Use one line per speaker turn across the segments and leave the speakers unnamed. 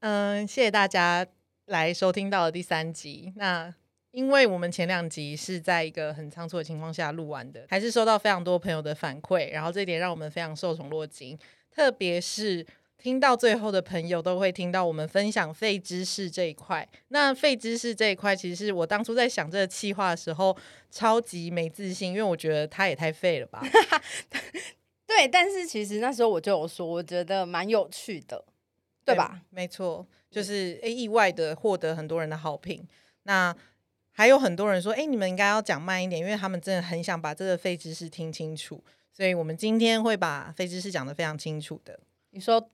嗯，谢谢大家来收听到的第三集。那因为我们前两集是在一个很仓促的情况下录完的，还是收到非常多朋友的反馈，然后这一点让我们非常受宠若惊。特别是听到最后的朋友都会听到我们分享废知识这一块。那废知识这一块，其实是我当初在想这个企划的时候，超级没自信，因为我觉得它也太废了吧。
对，但是其实那时候我就有说，我觉得蛮有趣的，对吧？？
没错，就是诶意外的获得很多人的好评。那还有很多人说，诶，你们应该要讲慢一点，因为他们真的很想把这个废知识听清楚。所以我们今天会把废知识讲得非常清楚的，
你说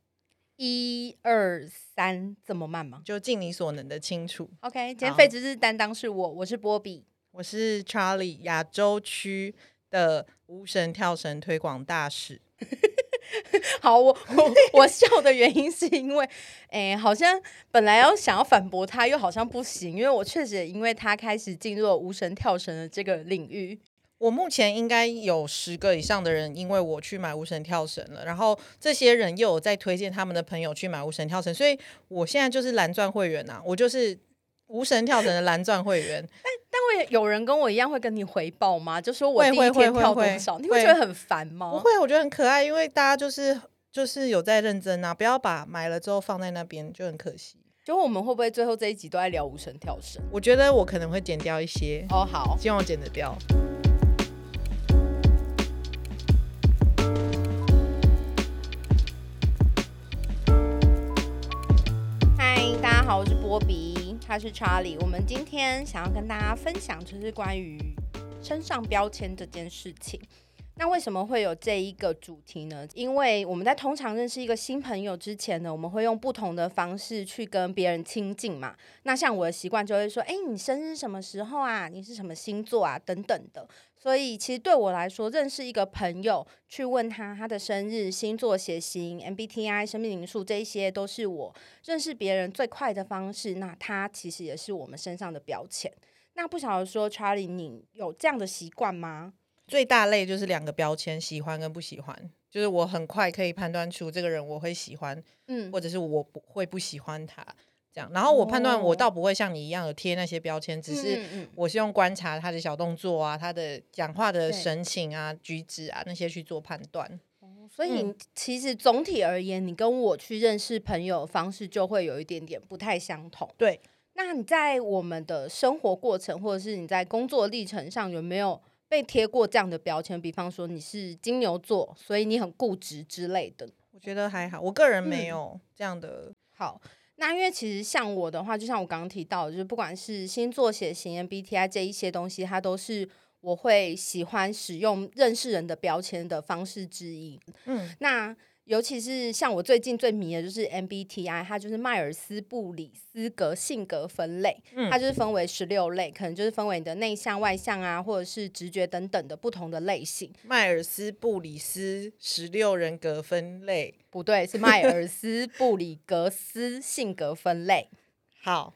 一二三这么慢吗
就尽你所能的清楚。
？OK，今天
好
废知识担当是我，我是波比。
我是 Charlie 亚洲区的无绳跳绳推广大使。
好， 我我我笑的原因是因为，哎、好像本来要想要反驳他，又好像不行，因为我确实也因为他开始进入了无绳跳绳的这个领域。
我目前应该有十个以上的人，因为我去买无绳跳绳了，然后这些人又有在推荐他们的朋友去买无绳跳绳，所以我现在就是蓝钻会员呐、啊我就是无绳跳绳的蓝钻会员。
但会有人跟我一样会跟你回报吗？就说我
会
第
会
一天
会
跳
会
多
会
少，你
会
会觉得很烦吗？
不会，我觉得很可爱，因为大家就是就是有在认真啊，不要把买了之后放在那边就很可惜。
就我们会不会最后这一集都在聊无绳跳绳？
我觉得我可能会剪掉一些，
哦，好，
希望我剪得掉。
嗨，大家好，我是波比，他是查理。我们今天想要跟大家分享，就是关于身上标签这件事情。那为什么会有这一个主题呢？因为我们在通常认识一个新朋友之前呢，我们会用不同的方式去跟别人亲近嘛。那像我的习惯就会说，哎、你生日什么时候啊？你是什么星座啊？等等的。所以其实对我来说，认识一个朋友，去问他他的生日、星座、血型、MBTI、生命灵数，这一些都是我认识别人最快的方式，那它其实也是我们身上的标签。那不晓得说，Charlie，你有这样的习惯吗？
最大类就是两个标签，喜欢跟不喜欢。就是我很快可以判断出这个人我会喜欢，
嗯，
或者是我不会不喜欢他这样。然后我判断我倒不会像你一样有贴那些标签，只是
嗯嗯嗯
我是用观察他的小动作啊、他的讲话的
对
神情啊、举止啊那些去做判断。
所以你其实总体而言，你跟我去认识朋友的方式就会有一点点不太相同。
对，
那你在我们的生活过程，或者是你在工作历程上，有没有被贴过这样的标签？比方说你是金牛座，所以你很固执之类的。
我觉得还好，我个人没
嗯
有这样的。
好，那因为其实像我的话，就像我刚刚提到的，就是不管是星座、血型、MBTI 这一些东西，它都是我会喜欢使用认识人的标签的方式之一。
嗯，
那尤其是像我最近最迷的就是 MBTI，它就是迈尔斯布里斯格性格分类，
嗯
它就是分为十六类，可能就是分为你的内向、外向啊，或者是直觉等等的不同的类型。
迈尔斯布里斯十六人格分类，
不对，是迈尔斯布里格斯性格分类。
好，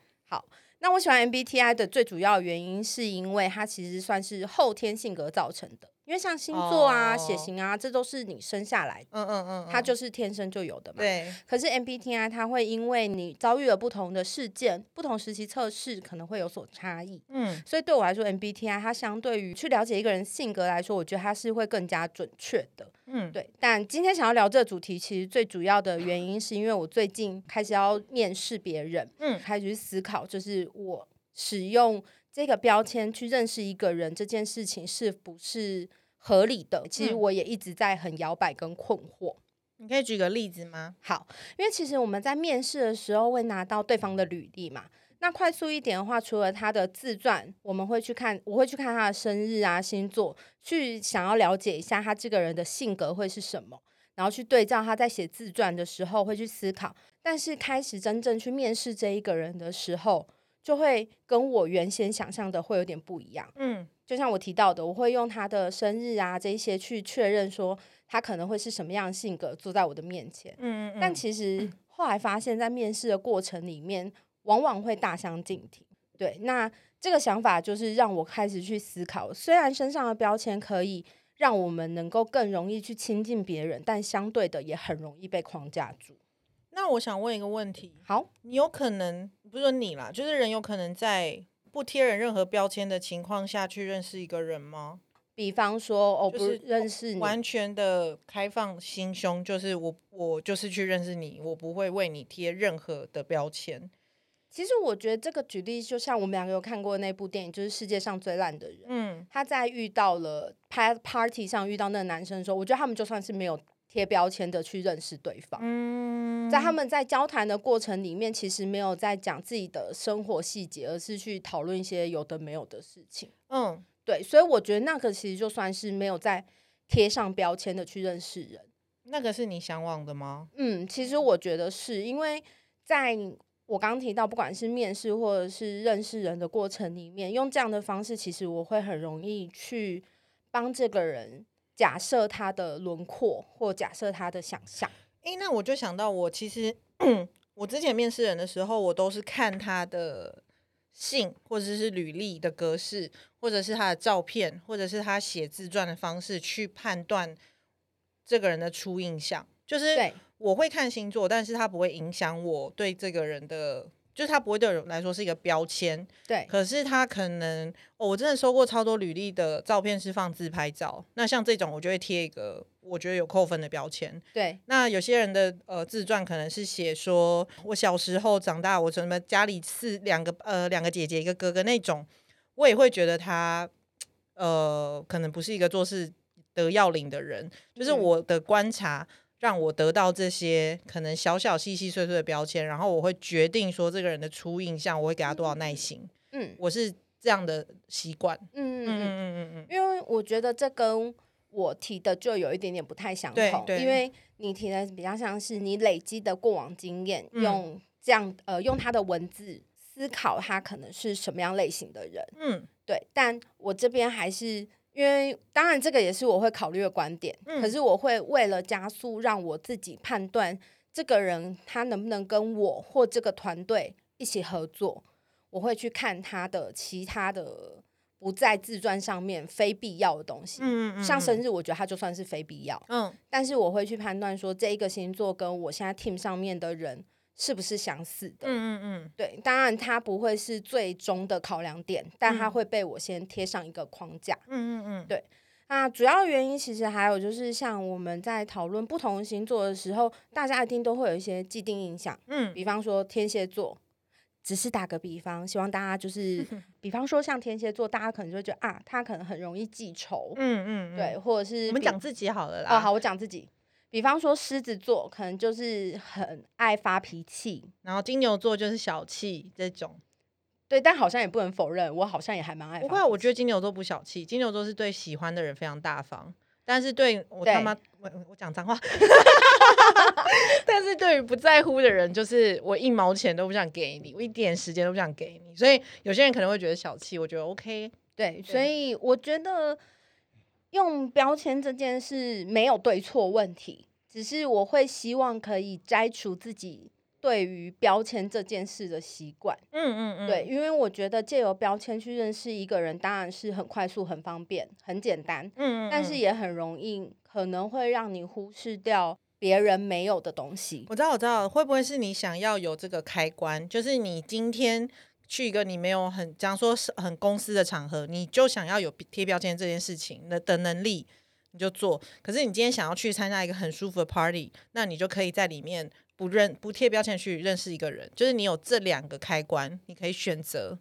那我喜欢 MBTI 的最主要原因，是因为它其实算是后天性格造成的，因为像星座啊、
哦
血型啊，这都是你生下来，
嗯嗯嗯，
它
嗯
就是天生就有的嘛。
对，
可是 MBTI 它会因为你遭遇了不同的事件、不同时期测试，可能会有所差异。
嗯，
所以对我来说，MBTI 它相对于去了解一个人性格来说，我觉得它是会更加准确的。
嗯
对。但今天想要聊这个主题，其实最主要的原因是因为我最近开始要面试别人，
嗯
开始去思考，就是我使用这个标签去认识一个人这件事情是不是合理的？其实
嗯
我也一直在很摇摆跟困惑。
你可以举个例子吗？
好，因为其实我们在面试的时候会拿到对方的履历嘛。那快速一点的话，除了他的自传，我们会去看，我会去看他的生日啊、星座，去想要了解一下他这个人的性格会是什么，然后去对照他在写自传的时候会去思考。但是开始真正去面试这一个人的时候，就会跟我原先想象的会有点不一样。
嗯
就像我提到的，我会用他的生日啊这一些去确认说他可能会是什么样的性格坐在我的面前。
嗯嗯，
但 其实后来发现，在面试的过程里面，往往会大相径庭。对，那这个想法就是让我开始去思考，虽然身上的标签可以让我们能够更容易去亲近别人，但相对的也很容易被框架住。
那我想问一个问题，
好，
你有可能不是说你啦，就是人有可能在不贴人任何标签的情况下去认识一个人吗？
比方说哦，
就是
不认识你，
完全的开放心胸，就是我我就是去认识你，我不会为你贴任何的标签。
其实我觉得这个举例就像我们两个有看过那部电影，就是《世界上最烂的人》。
嗯，
他在遇到了拍 party 上遇到那个男生的时候，我觉得他们就算是没有贴标签的去认识对方，
嗯
在他们在交谈的过程里面，其实没有在讲自己的生活细节，而是去讨论一些有的没有的事情。
嗯，
对，所以我觉得那个其实就算是没有在贴上标签的去认识人。
那个是你向往的吗？
嗯，其实我觉得是因为在我刚刚提到，不管是面试或者是认识人的过程里面，用这样的方式，其实我会很容易去帮这个人假设他的轮廓或假设他的想象。
诶、那我就想到我其实 我之前面试人的时候，我都是看他的信或者是履历的格式，或者是他的照片，或者是他写自传的方式去判断这个人的初印象。就是
对，
我会看星座，但是它不会影响我对这个人的，就是它不会对我来说是一个标签。
对，
可是他可能、哦，我真的收过超多履历的照片是放自拍照，那像这种我就会贴一个我觉得有扣分的标签。
对，
那有些人的呃自传可能是写说，我小时候长大，我什么家里四两个呃两个姐姐一个哥哥那种，我也会觉得他呃可能不是一个做事得要领的人，就是
嗯
我的观察。让我得到这些可能小小细细碎碎的标签，然后我会决定说这个人的初印象，我会给他多少耐心。
嗯
我是这样的习惯。嗯
嗯嗯嗯，
嗯嗯嗯
因为我觉得这跟我提的就有一点点不太相
对
同，
对
因为你提的比较像是你累积的过往经验，
嗯
用这样呃用他的文字思考他可能是什么样类型的人。
嗯
对，但我这边还是因为，当然这个也是我会考虑的观点，
嗯
可是我会为了加速让我自己判断这个人他能不能跟我或这个团队一起合作，我会去看他的其他的不在自传上面非必要的东西。
嗯嗯，
像生
神
日，我觉得它就算是非必要，
嗯
但是我会去判断说这一个星座跟我现在 team 上面的人是不是相似的。
嗯嗯嗯
对，当然它不会是最终的考量点，但它
嗯
会被我先贴上一个框架。
嗯嗯
对那主要原因其实还有就是，像我们在讨论不同星座的时候，大家一定都会有一些既定印象，
嗯
比方说天蝎座。只是打个比方，希望大 家就是，比方说像天蝎座，大家可能就会觉得啊，他可能很容易记仇，
嗯嗯，
对，。或者是
我们
比
讲啊自己好了啦。
哦，好，我讲自己，比方说狮子座，可能就是很爱发脾气，
然后金牛座就是小气这种，
对，但好像也不能否认，我好像也还蛮爱
不
发
会啊，我觉得金牛座不小气，金牛座是对喜欢的人非常大方，但是对我他
对
妈我我讲脏话， 但是对于不在乎的人，就是我一毛钱都不想给你，我一点时间都不想给你，所以有些人可能会觉得小气，我觉得 OK，
对，所以我觉得用标签这件事没有对错问题，只是我会希望可以摘除自己对于标签这件事的习惯。
嗯嗯嗯，
对，，因为我觉得借由标签去认识一个人，当然是很快速、很方便、很简单，
嗯嗯，
但是
嗯
也很容易可能会让你忽视掉别人没有的东西。
我知道，我知道，会不会是你想要有这个开关？就是你今天去一个你没有很，假如说是很公司的场合，你就想要有贴标签这件事情的的能力，你就做。可是你今天想要去参加一个很舒服的 party，那你就可以在里面不认不贴标签去认识一个人，就是你有这两个开关，你可以选择。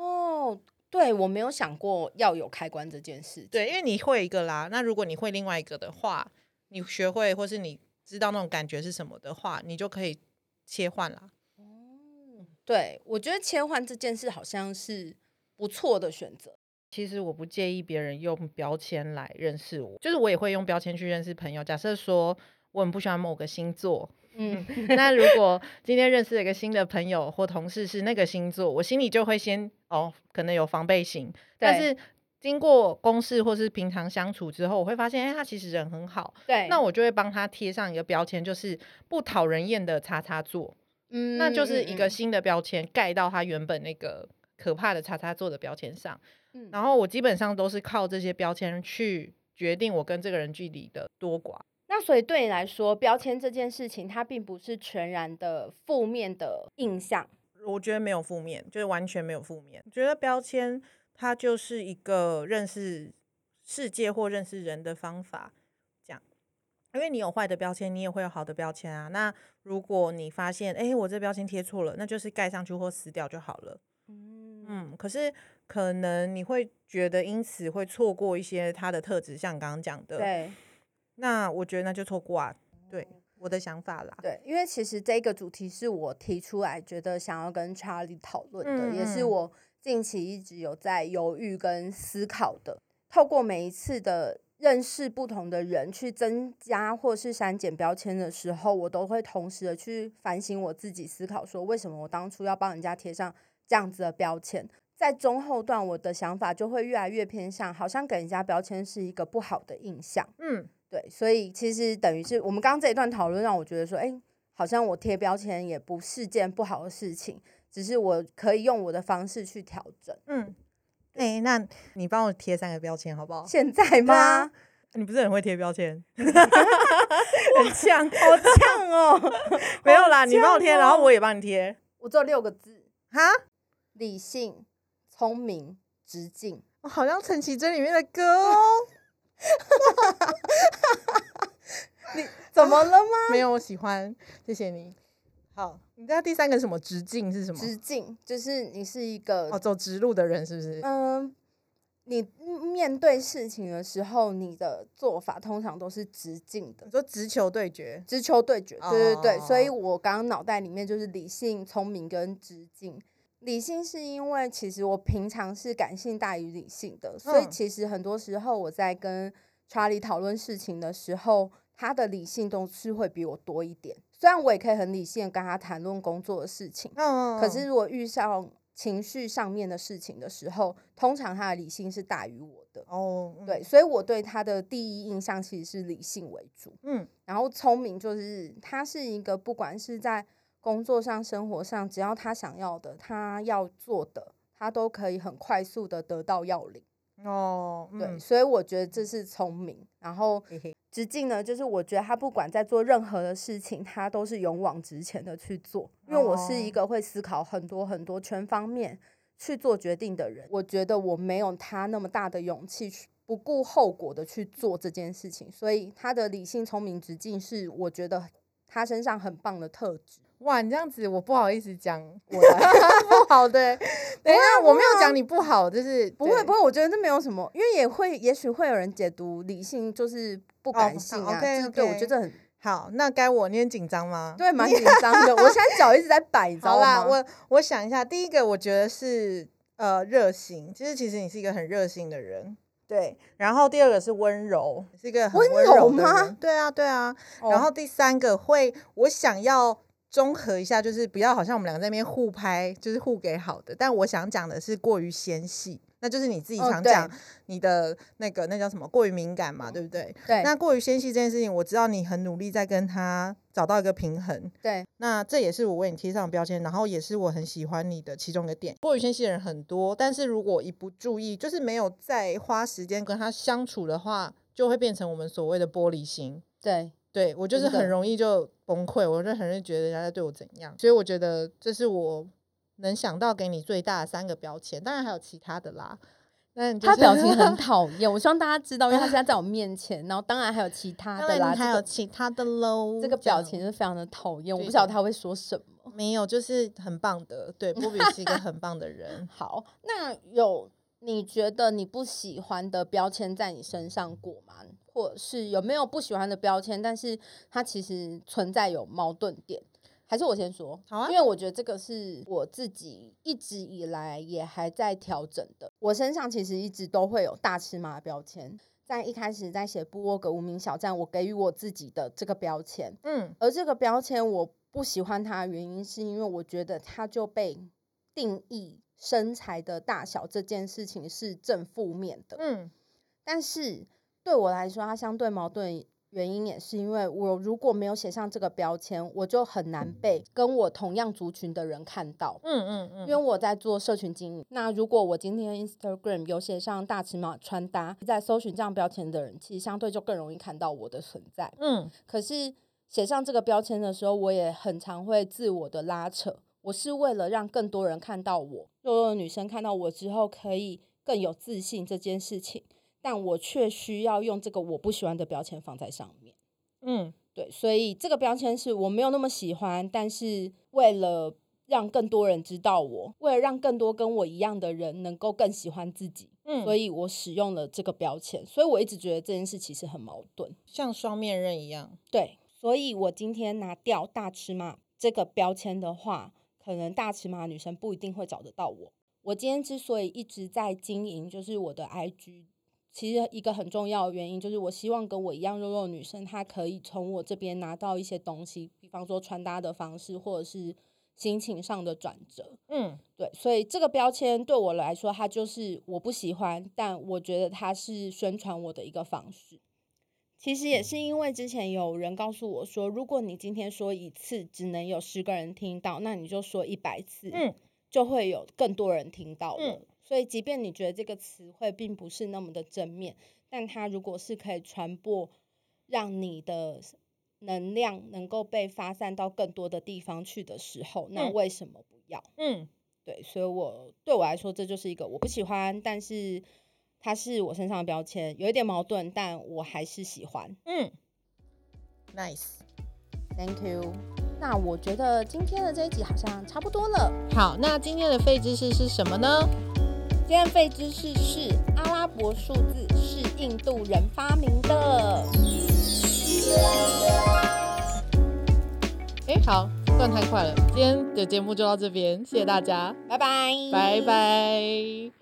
哦，对，我没有想过要有开关这件事情。
对，因为你会一个啦，那如果你会另外一个的话，你学会或是你知道那种感觉是什么的话，你就可以切换啦。
哦嗯对，我觉得切换这件事好像是不错的选择。
其实我不介意别人用标签来认识我，就是我也会用标签去认识朋友。假设说我很不喜欢某个星 座，
嗯，
那如果今天认识了一个新的朋友或同事是那个星座，我心里就会先哦，可能有防备心。但
对
是经过公事或是平常相处之后，我会发现，哎，他其实人很好，
对，
那我就会帮他贴上一个标签，就是不讨人厌的叉叉座，
嗯
那就是一个
嗯
新的标签盖到他原本那个可怕的叉叉座的标签上。
嗯嗯
然后我基本上都是靠这些标签去决定我跟这个人距离的多寡。
那那所以对你来说，标签这件事情，它并不是全然的负面的印象。
我觉得没有负面，就是完全没有负面。我觉得标签它就是一个认识世界或认识人的方法，这样。因为你有坏的标签，你也会有好的标签啊。那如果你发现，哎、我这标签贴错了，那就是盖上去或撕掉就好了。
嗯，
嗯，可是可能你会觉得因此会错过一些他的特质，像刚刚讲的，
对
那我觉得那就错过啊。对，我的想法啦。
对，因为其实这个主题是我提出来，觉得想要跟查理讨论的，
嗯
也是
嗯
我近期一直有在犹豫跟思考的。透过每一次的认识不同的人，去增加或是删减标签的时候，我都会同时的去反省我自己，思考说为什么我当初要帮人家贴上这样子的标签。在中后段，我的想法就会越来越偏向，好像给人家标签是一个不好的印象。
嗯，
对，所以其实等于是我们刚刚这一段讨论让我觉得说，哎、好像我贴标签也不是件不好的事情，只是我可以用我的方式去调整。
嗯，哎、那你帮我贴三个标签好不好？
现在
对啊
吗？
你不是很会贴标 签，很像。
好呛哦！
没有啦，你帮我贴，
呛
然后
哦
我也帮你贴。
我只有六个字：
哈，
理性、聪明、直径。
我好像陈绮贞里面的歌 哦。
你怎么了吗？
没有，我喜欢，谢谢你。好，你知道第三个是什么直径是什么？
直径就是你是一个
哦，走直路的人是不是？
嗯，你面对事情的时候，你的做法通常都是直径的
你。说直球对决，
直球对决，对对对，所以
哦
我刚刚脑袋里面就是理性、聪明跟直径。理性是因为其实我平常是感性大于理性的，所以
嗯
其实很多时候我在跟查理讨论事情的时候，他的理性都是会比我多一点。虽然我也可以很理性地跟他谈论工作的事情，
嗯
可是如果遇上情绪上面的事情的时候，通常他的理性是大于我的。
哦，嗯，
对，所以我对他的第一印象其实是理性为主。
嗯
然后聪明就是他是一个不管是在工作上、生活上，只要他想要的、他要做的，他都可以很快速的得到要领。
哦，
对，
嗯，
所以我觉得这是聪明。然后
嘿嘿
直径呢，就是我觉得他不管在做任何的事情，他都是勇往直前的去做。因为我是一
哦
个会思考很多很多全方面去做决定的人，我觉得我没有他那么大的勇气去。不顾后果的去做这件事情，所以他的理性、聪明、直径是我觉得他身上很棒的特质。
哇，你这样子我不好意思讲我的不 好 的，等一下我没有讲你不好，就是
不会，不会，我觉得这没有什么，因为也会，也许会有人解读理性就是不感性啊，
哦 OK，
这对我觉
OK
得这很
好，那该我，你很紧张吗？
对，蛮紧张的。我现在脚一直在摆，你知道
好啦，
吗？
我我想一下，第一个我觉得是呃热心，其实其实你是一个很热心的人，对。然后第二个是温柔，是一个很
温
温
柔
的
吗
人对啊，对啊。
哦
然后第三个会，我想要综合一下，就是不要好像我们两个在那边互拍，就是互给好的。但我想讲的是过于纤细，那就是你自己
哦
常
对
讲你的那个、那叫什么过于敏感嘛，对不对？
对
那过于纤细这件事情，我知道你很努力在跟他找到一个平衡。
对，
那这也是我为你贴上的标签，然后也是我很喜欢你的其中一个点。过于纤细的人很多，但是如果一不注意，就是没有再花时间跟他相处的话，就会变成我们所谓的玻璃心。
对，
对我就是
真的
很容易就崩溃，我就很容易觉得人家在对我怎样，所以我觉得这是我能想到给你最大的三个标签，当然还有其他的啦。那你就
他
是
表 情很讨厌，我希望大家知道，因为他现在在我面前，然后当然还有其他
当
的啦，
然
这
还有
个
其他的喽。
这个
这样
表情是非常的讨厌，我
对
不晓得
的
他会说什么。。
没有，就是很棒的。 对，波比是一个很棒的人
好，那有你觉得你不喜欢的标签在你身上过吗？或是有没有不喜欢的标签，但是它其实存在有矛盾点？还是我先说，
好啊
因为我觉得这个是我自己一直以来也还在调整的。我身上其实一直都会有大尺码的标签，在一开始在写部落格无名小站，我给予我自己的这个标签，
嗯，
而这个标签我不喜欢它的原因，是因为我觉得它就被定义身材的大小这件事情是正负面的。
嗯
但是对我来说，它相对矛盾原因也是因为我如果没有写上这个标签，我就很难被跟我同样族群的人看到。
嗯嗯
因
嗯，
为我在做社群经营，那如果我今天 Instagram 有写上大尺码穿搭，在搜寻这样标签的人，其实相对就更容易看到我的存在。
嗯
可是写上这个标签的时候，我也很常会自我的拉扯。我是为了让更多人看到我，弱弱的女生看到我之后可以更有自信这件事情，但我却需要用这个我不喜欢的标签放在上面。
嗯，
对，所以这个标签是我没有那么喜欢，但是为了让更多人知道我，为了让更多跟我一样的人能够更喜欢自己，
嗯
所以我使用了这个标签。所以我一直觉得这件事其实很矛盾。
像双面刃一样。
对，所以我今天拿掉大尺码这个标签的话，可能大尺码的女生不一定会找得到我。我今天之所以一直在经营，就是我的 IG，其实一个很重要的原因就是我希望跟我一样肉肉的女生，她可以从我这边拿到一些东西，比方说穿搭的方式，或者是心情上的转折。
嗯
对，所以这个标签对我来说，它就是我不喜欢，但我觉得它是宣传我的一个方式。其实也是因为之前有人告诉我说，如果你今天说一次只能有十个人听到，那你就说一百次，
嗯
就会有更多人听到了。
嗯
所以，即便你觉得这个词汇并不是那么的正面，但它如果是可以传播，让你的能量能够被发散到更多的地方去的时候，那
嗯
为什么不要？
嗯
对，所以我对我来说，这就是一个我不喜欢，但是它是我身上的标签，有一点矛盾，但我还是喜欢。
嗯，nice。
Thank you。那我觉得今天的这一集好像差不多了。
好，那今天的废知识是什么呢？
今天的废知识是阿拉伯数字是印度人发明的。
哎，好，算太快了，今天的节目就到这边，谢谢大家，
拜拜，
拜。拜。